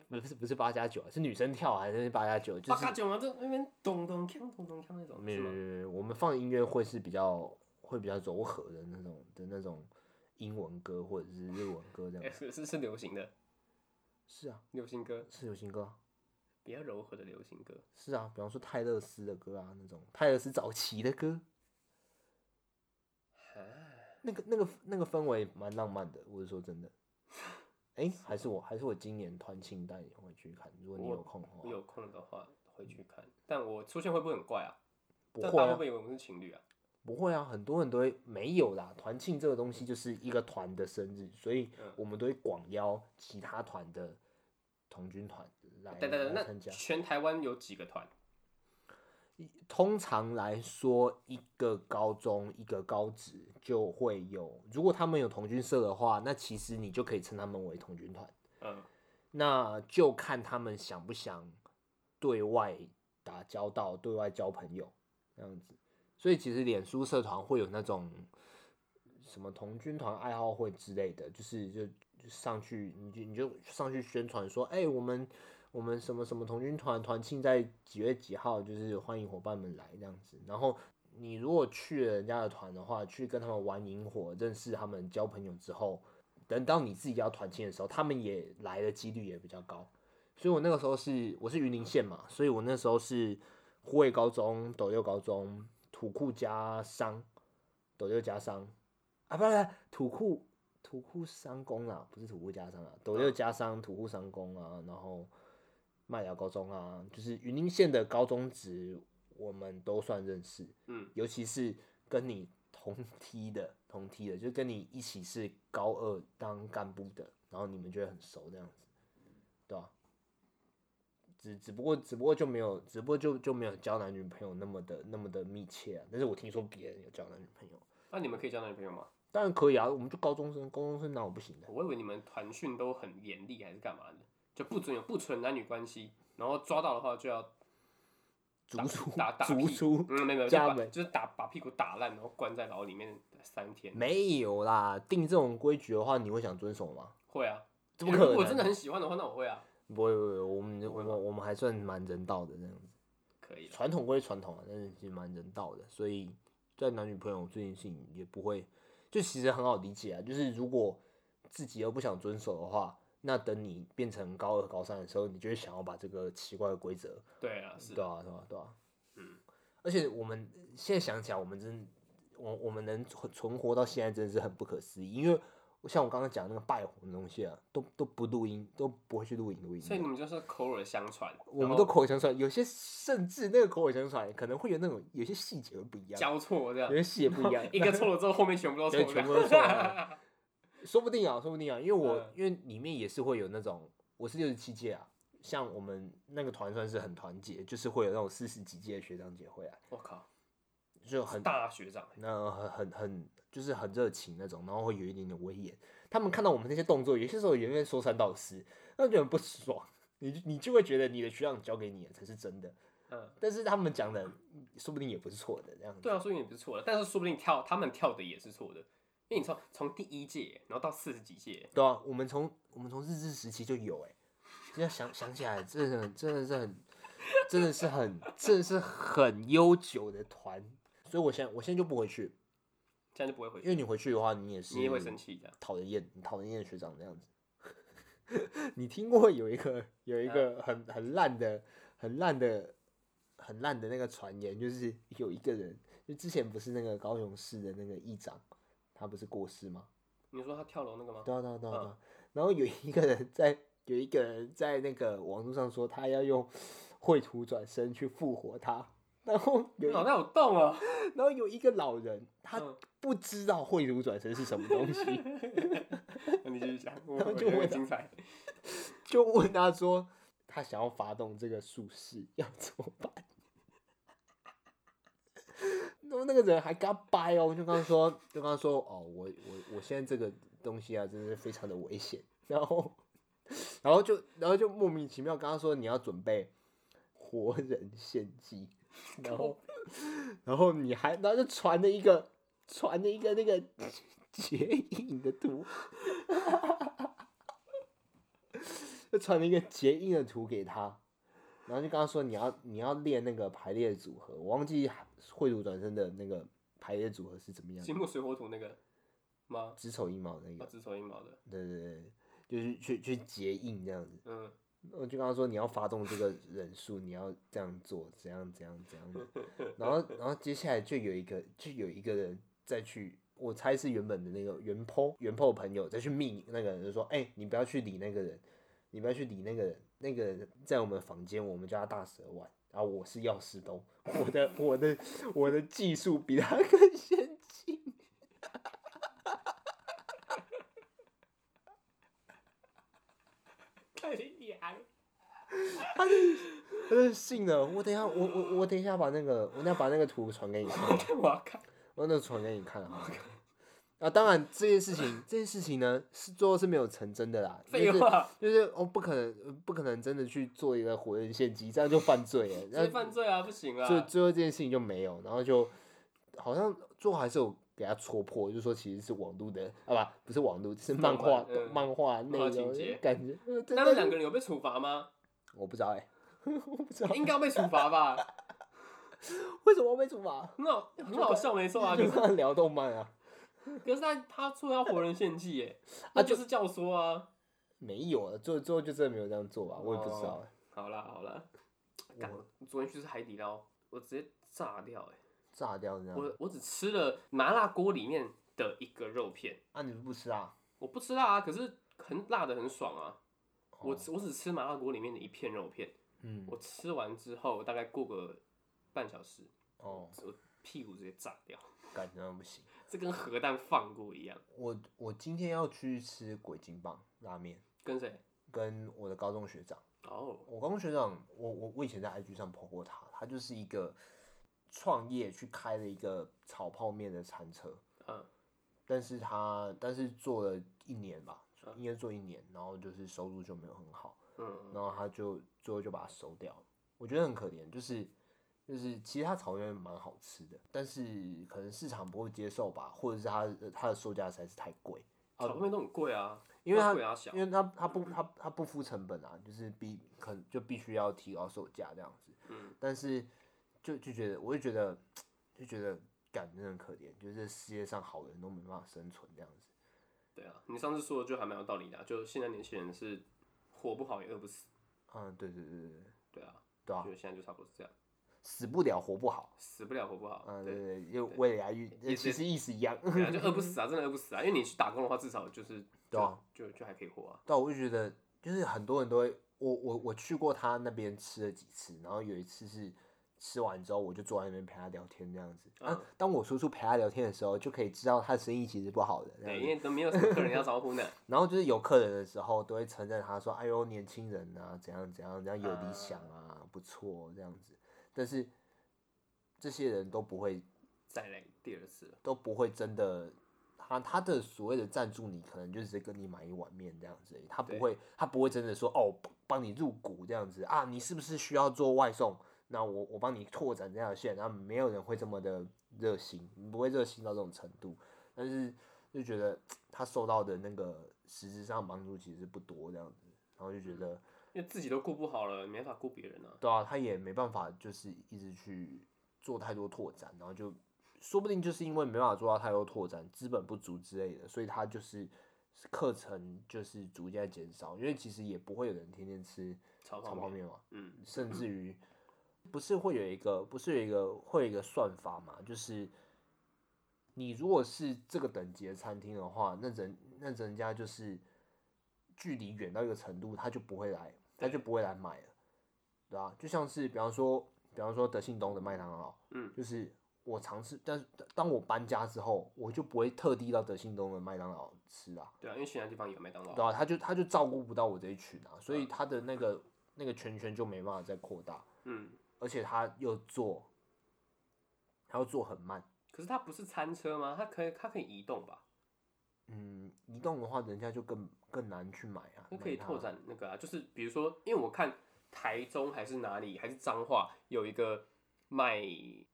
Speaker 2: 不是不是八加九啊，是女生跳还是八加九？就
Speaker 1: 八
Speaker 2: 是
Speaker 1: 嘎九嘛，就那边咚咚锵咚咚锵那种，
Speaker 2: 没
Speaker 1: 是
Speaker 2: 有没有
Speaker 1: 吗？
Speaker 2: 没有，我们放音乐会是比较会比较柔和的那种的那种英文歌或者是日文歌这样
Speaker 1: 哎，
Speaker 2: 子。
Speaker 1: 是是是流行的
Speaker 2: 是啊，
Speaker 1: 流行歌，
Speaker 2: 是流行歌、啊，
Speaker 1: 比较柔和的流行歌。
Speaker 2: 是啊，比方说泰勒斯的歌啊，那种泰勒斯早期的歌，
Speaker 1: 啊，
Speaker 2: 那个那个那个氛围蛮浪漫的，我是说真的。哎、还是我还是我今年团庆带你回去看，如果你有空的
Speaker 1: 我
Speaker 2: 话，
Speaker 1: 有空的话回去看，但我出现会不会很怪啊？
Speaker 2: 不
Speaker 1: 但
Speaker 2: 会
Speaker 1: 大家会
Speaker 2: 啊
Speaker 1: 不，会以为我们是情侣啊？
Speaker 2: 不会啊，很多人都会没有啦。团庆这个东西就是一个团的生日，所以
Speaker 1: 嗯
Speaker 2: 我们都会广邀其他团的童军团来
Speaker 1: 等等等，
Speaker 2: 来哎参
Speaker 1: 那
Speaker 2: 加。
Speaker 1: 全台湾有几个团？
Speaker 2: 通常来说，一个高中一个高职就会有，如果他们有童军社的话，那其实你就可以称他们为童军团。
Speaker 1: 嗯，
Speaker 2: 那就看他们想不想对外打交道、对外交朋友这样子。所以其实脸书社团会有那种什么童军团爱好会之类的，就是就就上去你就你就上去宣传说，哎、我们我们什么什么童军团团庆在几月几号，就是欢迎伙伴们来这样子。然后你如果去了人家的团的话，去跟他们玩萤火，认识他们交朋友之后，等到你自己要团庆的时候，他们也来的几率也比较高。所以我那个时候是我是云林县嘛，所以我那时候是护卫高中、斗六高中、土库加商、斗六加商啊，不是不是土库土库商工啊，不是土库加商啊，斗六加商、土库商工啊，然后麦寮高中啊，就是云林县的高中职，我们都算认识。
Speaker 1: 嗯，
Speaker 2: 尤其是跟你同梯的、同梯的，就跟你一起是高二当干部的，然后你们就会很熟这样子，对吧、只只不过只不过就没有，只不过就就没有交男女朋友那么的那么的密切啊。但是我听说别人有交男女朋友，
Speaker 1: 那你们可以交男女朋友吗？
Speaker 2: 当然可以啊，我们就高中生，高中生哪有不行的？
Speaker 1: 我以为你们团训都很严厉，还是干嘛的？就不准有不纯男女关系，然后抓到的话就要
Speaker 2: 逐出
Speaker 1: 打打
Speaker 2: 逐
Speaker 1: 屁
Speaker 2: 出，
Speaker 1: 嗯，没有没有，就
Speaker 2: 家
Speaker 1: 把
Speaker 2: 门
Speaker 1: 就是打把屁股打烂，然后关在牢里面三天。
Speaker 2: 没有啦。定这种规矩的话，你会想遵守吗？
Speaker 1: 会啊，
Speaker 2: 怎么可能？
Speaker 1: 如果我真的很喜欢的话，那我会啊，
Speaker 2: 不会不会，我们
Speaker 1: 不会
Speaker 2: 我
Speaker 1: 吗
Speaker 2: 们我们还算蛮人道的这样子。
Speaker 1: 可以啦。
Speaker 2: 传统归传统啊，但是其实蛮人道的，所以在男女朋友这件事情也不会，就其实很好理解啊。就是如果自己又不想遵守的话，那等你变成高二、高三的时候，你就会想要把这个奇怪的规则，
Speaker 1: 对啊，是
Speaker 2: 对啊，对啊，对啊。
Speaker 1: 嗯，
Speaker 2: 而且我们现在想起来，我们真我我们能存存活到现在，真的是很不可思议。因为像我刚刚讲那个拜火的东西啊，都都不录音，都不会去录音录音的。
Speaker 1: 所以你们就是口耳相传，
Speaker 2: 我
Speaker 1: 然
Speaker 2: 们
Speaker 1: 后
Speaker 2: 都口口相传，有些甚至那个口口相传可能会有那种有些细节会不一样，
Speaker 1: 交错这样，
Speaker 2: 有，些细节不一样
Speaker 1: 一个错了之后后面全部都错
Speaker 2: 对
Speaker 1: 了，
Speaker 2: 全部都错了说不定啊，说不定啊，因为我、
Speaker 1: 嗯
Speaker 2: 因为里面也是会有那种我是六十七届啊，像我们那个团算是很团结，就是会有那种四十几届的学长姐会来，
Speaker 1: 我靠，
Speaker 2: 就很
Speaker 1: 大学长，
Speaker 2: 那很很很就是很热情那种，然后会有一点点威严。他们看到我们那些动作，有些时候也会说三道四，那就很不爽。你就你就会觉得你的学长教给你的才是真的，
Speaker 1: 嗯，
Speaker 2: 但是他们讲的说不定也不是错的，这样子。
Speaker 1: 对啊，说明也不是错的，但是说不定跳他们跳的也是错的，因为你从从第一届然后到四十几届，
Speaker 2: 对啊，我们从我们从日治时期就有哎、现在想想起来，真的真的是很，真的是很，真的是很悠久的团。所以我现在我现在就不回去，
Speaker 1: 这样就不会回
Speaker 2: 因
Speaker 1: 去，
Speaker 2: 为你回去的话，你也是
Speaker 1: 你也会生气这样。
Speaker 2: 讨人厌，你讨人厌学长这样子。 你听过有一个有一个很很烂的、很烂的、很烂的那个传言，就是有一个人，就之前不是那个高雄市的那个议长，他不是过世吗？
Speaker 1: 你说他跳楼那个吗？
Speaker 2: 对啊对啊对啊对啊。然后有一个人 在有一个人在那个网络上说他要用绘图转身去复活他，然后有一
Speaker 1: 脑袋有洞啊！
Speaker 2: 然后有一个老人他
Speaker 1: 嗯
Speaker 2: 不知道绘图转身是什么东西，
Speaker 1: 那你继续讲，我
Speaker 2: 然后
Speaker 1: 我
Speaker 2: 就
Speaker 1: 觉得
Speaker 2: 问
Speaker 1: 很
Speaker 2: 他
Speaker 1: 精彩。
Speaker 2: 就问他说他想要发动这个术士要怎么办？ 然后那个人还跟他掰哦，就跟他说，就跟他说哦，我我我现在这个东西啊，真的是非常的危险。然后，然后就然后就莫名其妙跟他说你要准备活人献祭，然后然后你还然后就传了一个传了一个那个 结印的图，就传了一个结印的图给他，然后就跟他说你要你要练那个排列组合，我忘记绘图转身的那个排列组合是怎么样的
Speaker 1: 金，木水火土那个吗？
Speaker 2: 子丑寅卯那
Speaker 1: 啊，
Speaker 2: 个，
Speaker 1: 子丑寅卯的，
Speaker 2: 对对对，就是去去结印这样子。
Speaker 1: 嗯，
Speaker 2: 我就跟他说你要发动这个人数，你要这样做，怎样怎样怎样的。然后然后接下来就有一个就有一个人再去我猜是原本的那个原 po 原 po 朋友再去密那个人，就说：“哎、你不要去理那个人，你不要去理那个人，那个人在我们房间，我们叫他大蛇丸。”然后我是药师东，我的我的我的技术比他 更先进。
Speaker 1: 看你娘！
Speaker 2: 他就信了。我等一下，我我我等一下把那个，我等一下把那个图传给你看。
Speaker 1: 我要看，
Speaker 2: 我哦那传给你看啊。 啊，当然这件事情，这件事情呢是最后是没有成真的啦。
Speaker 1: 废
Speaker 2: 就是
Speaker 1: 话，
Speaker 2: 就是我、哦、不可能，不可能真的去做一个活人献祭，这样就犯罪了。
Speaker 1: 这
Speaker 2: 那
Speaker 1: 是犯罪啊，不行啊！
Speaker 2: 最最后这件事情就没有，然后就好像最后还是有给他戳破，就说其实是网络的啊，不不是网络，是
Speaker 1: 动
Speaker 2: 漫画
Speaker 1: 漫嗯
Speaker 2: 漫画内
Speaker 1: 画
Speaker 2: 容
Speaker 1: 情节
Speaker 2: 感觉。呃
Speaker 1: 那他们两个人有被处罚吗？
Speaker 2: 我不知道哎、 我不知道
Speaker 1: 应该要被处罚 吧？
Speaker 2: 为什么我被处罚。
Speaker 1: 很好，很好笑，没错啊。可，
Speaker 2: 就是是聊动漫啊，
Speaker 1: 可是他他说要活人献祭， 耶，那就是教唆啊。
Speaker 2: 没有啊，最后最后就真的没有这样做吧，我也不知道、哎
Speaker 1: 哦好啦好啦，干
Speaker 2: 我，
Speaker 1: 昨天去吃海底捞，我直接炸掉哎！
Speaker 2: 炸掉这样。
Speaker 1: 我我只吃了麻辣锅里面的一个肉片，
Speaker 2: 啊，你不吃啊？
Speaker 1: 我不吃辣啊，可是很辣的很爽啊。我
Speaker 2: 哦
Speaker 1: 只我只吃麻辣锅里面的一片肉片，
Speaker 2: 嗯
Speaker 1: 我吃完之后大概过个半小时，
Speaker 2: 哦，
Speaker 1: 我屁股直接炸掉，
Speaker 2: 感觉不行。
Speaker 1: 这跟核弹放过一样。
Speaker 2: 我我今天要去吃鬼金棒拉面，
Speaker 1: 跟谁？
Speaker 2: 跟我的高中学长。
Speaker 1: 哦，
Speaker 2: 我高中学长，我我我以前在 IG 上 po 过他，他就是一个创业去开了一个炒泡面的餐车，
Speaker 1: 嗯，
Speaker 2: 但是他但是做了一年吧，
Speaker 1: 嗯
Speaker 2: 应该做一年，然后就是收入就没有很好。
Speaker 1: 嗯
Speaker 2: 然后他就最后就把它收掉了。我觉得很可怜，就是就是其实他炒面蛮好吃的，但是可能市场不会接受吧，或者是他的他的售价实在是太贵，
Speaker 1: 炒泡面都很贵啊，
Speaker 2: 因为
Speaker 1: 它
Speaker 2: 他
Speaker 1: 贵啊小
Speaker 2: 因，为他他不他他不付成本啊，就是必可能就必须要提高售价这样子。
Speaker 1: 嗯，
Speaker 2: 但是就就觉得我就觉得就觉得感真的很可怜，就是这世界上好人都没办法生存这样子。
Speaker 1: 对啊，你上次说的就还蛮有道理的啊、就现在年轻人是活不好也饿不死，
Speaker 2: 嗯，对对对对对
Speaker 1: 对啊，
Speaker 2: 对啊
Speaker 1: 就，现在就差不多是这样，
Speaker 2: 死不了活不好。
Speaker 1: 死不了活不好，
Speaker 2: 嗯，对
Speaker 1: 对，
Speaker 2: 对对，就为了押韵，呃
Speaker 1: 也
Speaker 2: 其
Speaker 1: 是
Speaker 2: 实意思一样。
Speaker 1: 对啊，就饿不死啊，真的饿不死啊，因为你去打工的话，至少就是
Speaker 2: 对啊
Speaker 1: 就就就还可以活啊，
Speaker 2: 但我就觉得，就是很多人都会，我我我去过他那边吃了几次，然后有一次是吃完之后，我就坐在那边陪他聊天这样子。啊
Speaker 1: 嗯，
Speaker 2: 当我叔叔陪他聊天的时候，就可以知道他的生意其实不好的。这
Speaker 1: 对，因
Speaker 2: 样子
Speaker 1: 为都没有什么客人要招呼呢，
Speaker 2: 然后就是有客人的时候，都会称赞他说：“哎呦，年轻人啊，怎样怎样，怎样有理想啊，不错这样子。”但是这些人都不会
Speaker 1: 再来第二次了，
Speaker 2: 都不会真的，他他的所谓的赞助你，可能就只是跟你买一碗面这样子而已，他不
Speaker 1: 对
Speaker 2: 会他不会真的说哦帮帮你入股这样子啊，你是不是需要做外送？那我我帮你拓展这条线，然后没有人会这么的热心，不会热心到这种程度，但是就觉得他受到的那个实质上帮助其实不多这样子，然后就觉得
Speaker 1: 因为自己都顾不好了，没法顾别人啊，
Speaker 2: 对啊，他也没办法，就是一直去做太多拓展，然后就说不定就是因为没办法做到太多拓展，资本不足之类的，所以他就是课程就是逐渐减少，因为其实也不会有人天天吃
Speaker 1: 炒
Speaker 2: 炒
Speaker 1: 泡
Speaker 2: 泡
Speaker 1: 面，
Speaker 2: 面嘛，
Speaker 1: 嗯，
Speaker 2: 甚至于不是会有一个不是有一个会有一个算法嘛，就是你如果是这个等级的餐厅的话，那人那人家就是距离远到一个程度，他就不会来，他就不会来买了，对啊，就像是比方说比方说德信东的麦当劳，
Speaker 1: 嗯，
Speaker 2: 就是我尝试，但是当我搬家之后，我就不会特地到德信东的麦当劳吃啦、
Speaker 1: 对啊，因为其他地方有麦当劳
Speaker 2: 对，啊，他就他就照顾不到我这一群啊，所以
Speaker 1: 嗯
Speaker 2: 他的那个那个圈圈就没办法再扩大，
Speaker 1: 嗯，
Speaker 2: 而且他又做，他又做很慢。
Speaker 1: 可是它不是餐车吗？它可以它可以移动吧？
Speaker 2: 嗯，移动的话，人家就更更难去买啊。
Speaker 1: 那可以
Speaker 2: 买它
Speaker 1: 拓展那个啊，就是比如说，因为我看台中还是哪里还是彰化有一个卖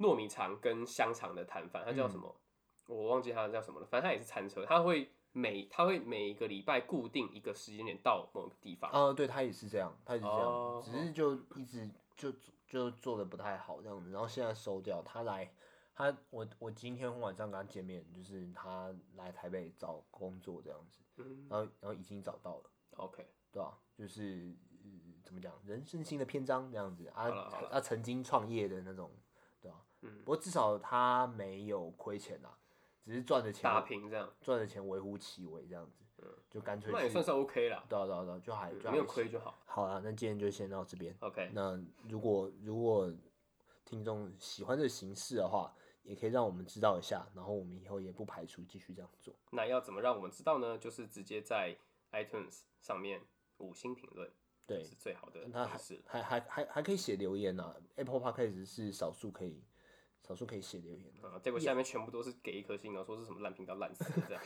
Speaker 1: 糯米肠跟香肠的摊贩，它
Speaker 2: 嗯
Speaker 1: 叫什么？我忘记它叫什么了，反正它也是餐车，它会每它会每一个礼拜固定一个时间点到某个地方。
Speaker 2: 啊、对他也是这样，他也是这样，
Speaker 1: 哦
Speaker 2: 只是就一直就就做的不太好这样子，然后现在收掉。他来，他我我今天晚上跟他见面，就是他来台北找工作这样子，
Speaker 1: 嗯
Speaker 2: 然后然后已经找到了。
Speaker 1: ，OK，
Speaker 2: 对吧、就是、呃怎么讲，人生新的篇章这样子啊
Speaker 1: 好了好了
Speaker 2: 啊，曾经创业的那种，对吧、
Speaker 1: 嗯
Speaker 2: 不过至少他没有亏钱啊，只是赚的钱
Speaker 1: 打平这样，
Speaker 2: 赚的钱微乎其微这样子，就干脆
Speaker 1: 嗯那也
Speaker 2: 去
Speaker 1: 算是 OK 啦，
Speaker 2: 对啊对啊对啊，就还就
Speaker 1: 没有
Speaker 2: 还
Speaker 1: 亏就好。
Speaker 2: 好啦，那今天就先到这边。
Speaker 1: OK，
Speaker 2: 那如果如果听众喜欢这个形式的话，也可以让我们知道一下，然后我们以后也不排除继续这样做。
Speaker 1: 那要怎么让我们知道呢？就是直接在 iTunes 上面五星评论，
Speaker 2: 对
Speaker 1: 是，最好的
Speaker 2: 那
Speaker 1: 方
Speaker 2: 还
Speaker 1: 式。
Speaker 2: 还还还还可以写留言啊，Apple Podcast 是少数可以少数可以写留言的。
Speaker 1: 啊、结果下面全部都是给一颗星，然后说是什么烂频道烂死了这样。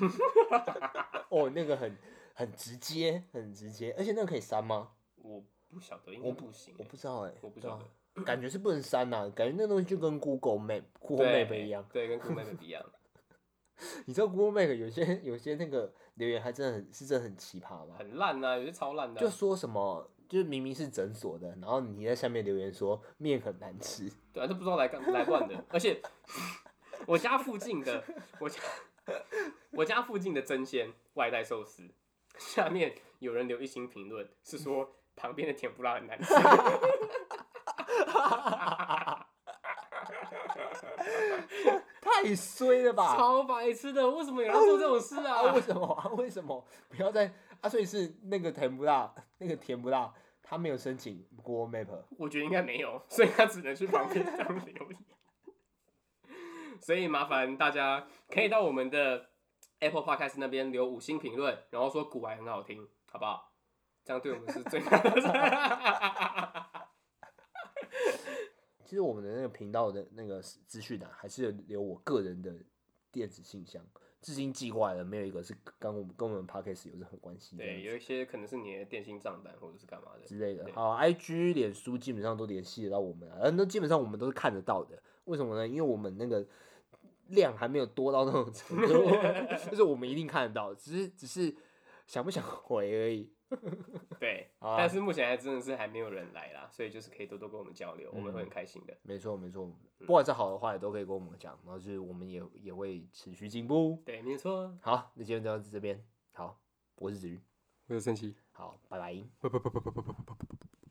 Speaker 2: 哦，那个很很直接，很直接，而且那个可以删吗？
Speaker 1: 我不晓得，应该不行、
Speaker 2: 我
Speaker 1: 欸。
Speaker 2: 不知道哎、
Speaker 1: 我不
Speaker 2: 对
Speaker 1: 晓
Speaker 2: 啊感觉是不能删呐、感觉那东西就跟 Google Map、Google
Speaker 1: 对
Speaker 2: Map 一样。
Speaker 1: 对，跟 Google Map 一 样。
Speaker 2: 你知道 Google Map 有些有些那个留言还真的很是真的很奇葩吗？
Speaker 1: 很烂呐、有些超烂的啊、
Speaker 2: 就说什么，就是明明是诊所的，然后你在下面留言说面很难吃，
Speaker 1: 对啊，都不知道来干来乱 的。而且我家附近的，我家我家附近的真鲜外带寿司，下面有人留一星评论，是说旁边的甜不辣很难吃。
Speaker 2: 太衰了吧！
Speaker 1: 超白痴的，为什么有人做这种事
Speaker 2: 啊，
Speaker 1: 啊？
Speaker 2: 为什么啊？为什么不要再啊？所以是那个甜不辣，那个甜不辣，他没有申请 Google Map，
Speaker 1: 我觉得应该没有，所以他只能去旁边当留言。所以麻烦大家可以到我们的 Apple Podcast 那边留五星评论，然后说古玩很好听，好不好？这样对我们是最好 的。
Speaker 2: 其实我们的那个频道的那个资讯啊，还是有留我个人的电子信箱，至今寄过来的没有一个是跟我们跟我们 Podcast 有任何关系的
Speaker 1: 对，有一些可能是你的电信账单或者是干嘛的。
Speaker 2: 之类的。好，IG、脸书基本上都联系得到我们啊，呃那基本上我们都是看得到的。为什么呢？因为我们那个量还没有多到那种程 度，就是我们一定看得到，只是只是想不想回而已。
Speaker 1: 对，
Speaker 2: 好啊
Speaker 1: 但是目前还真的是还没有人来啦，所以就是可以多多跟我们交流，我们
Speaker 2: 嗯
Speaker 1: 会很开心的。
Speaker 2: 没错，没错，不管是好的坏的都可以跟我们讲，然后就是我们也也会持续进步。
Speaker 1: 对，没错。
Speaker 2: 好，那今天就到这边。好，我是子瑜。
Speaker 1: 我有生气。
Speaker 2: 好，拜拜。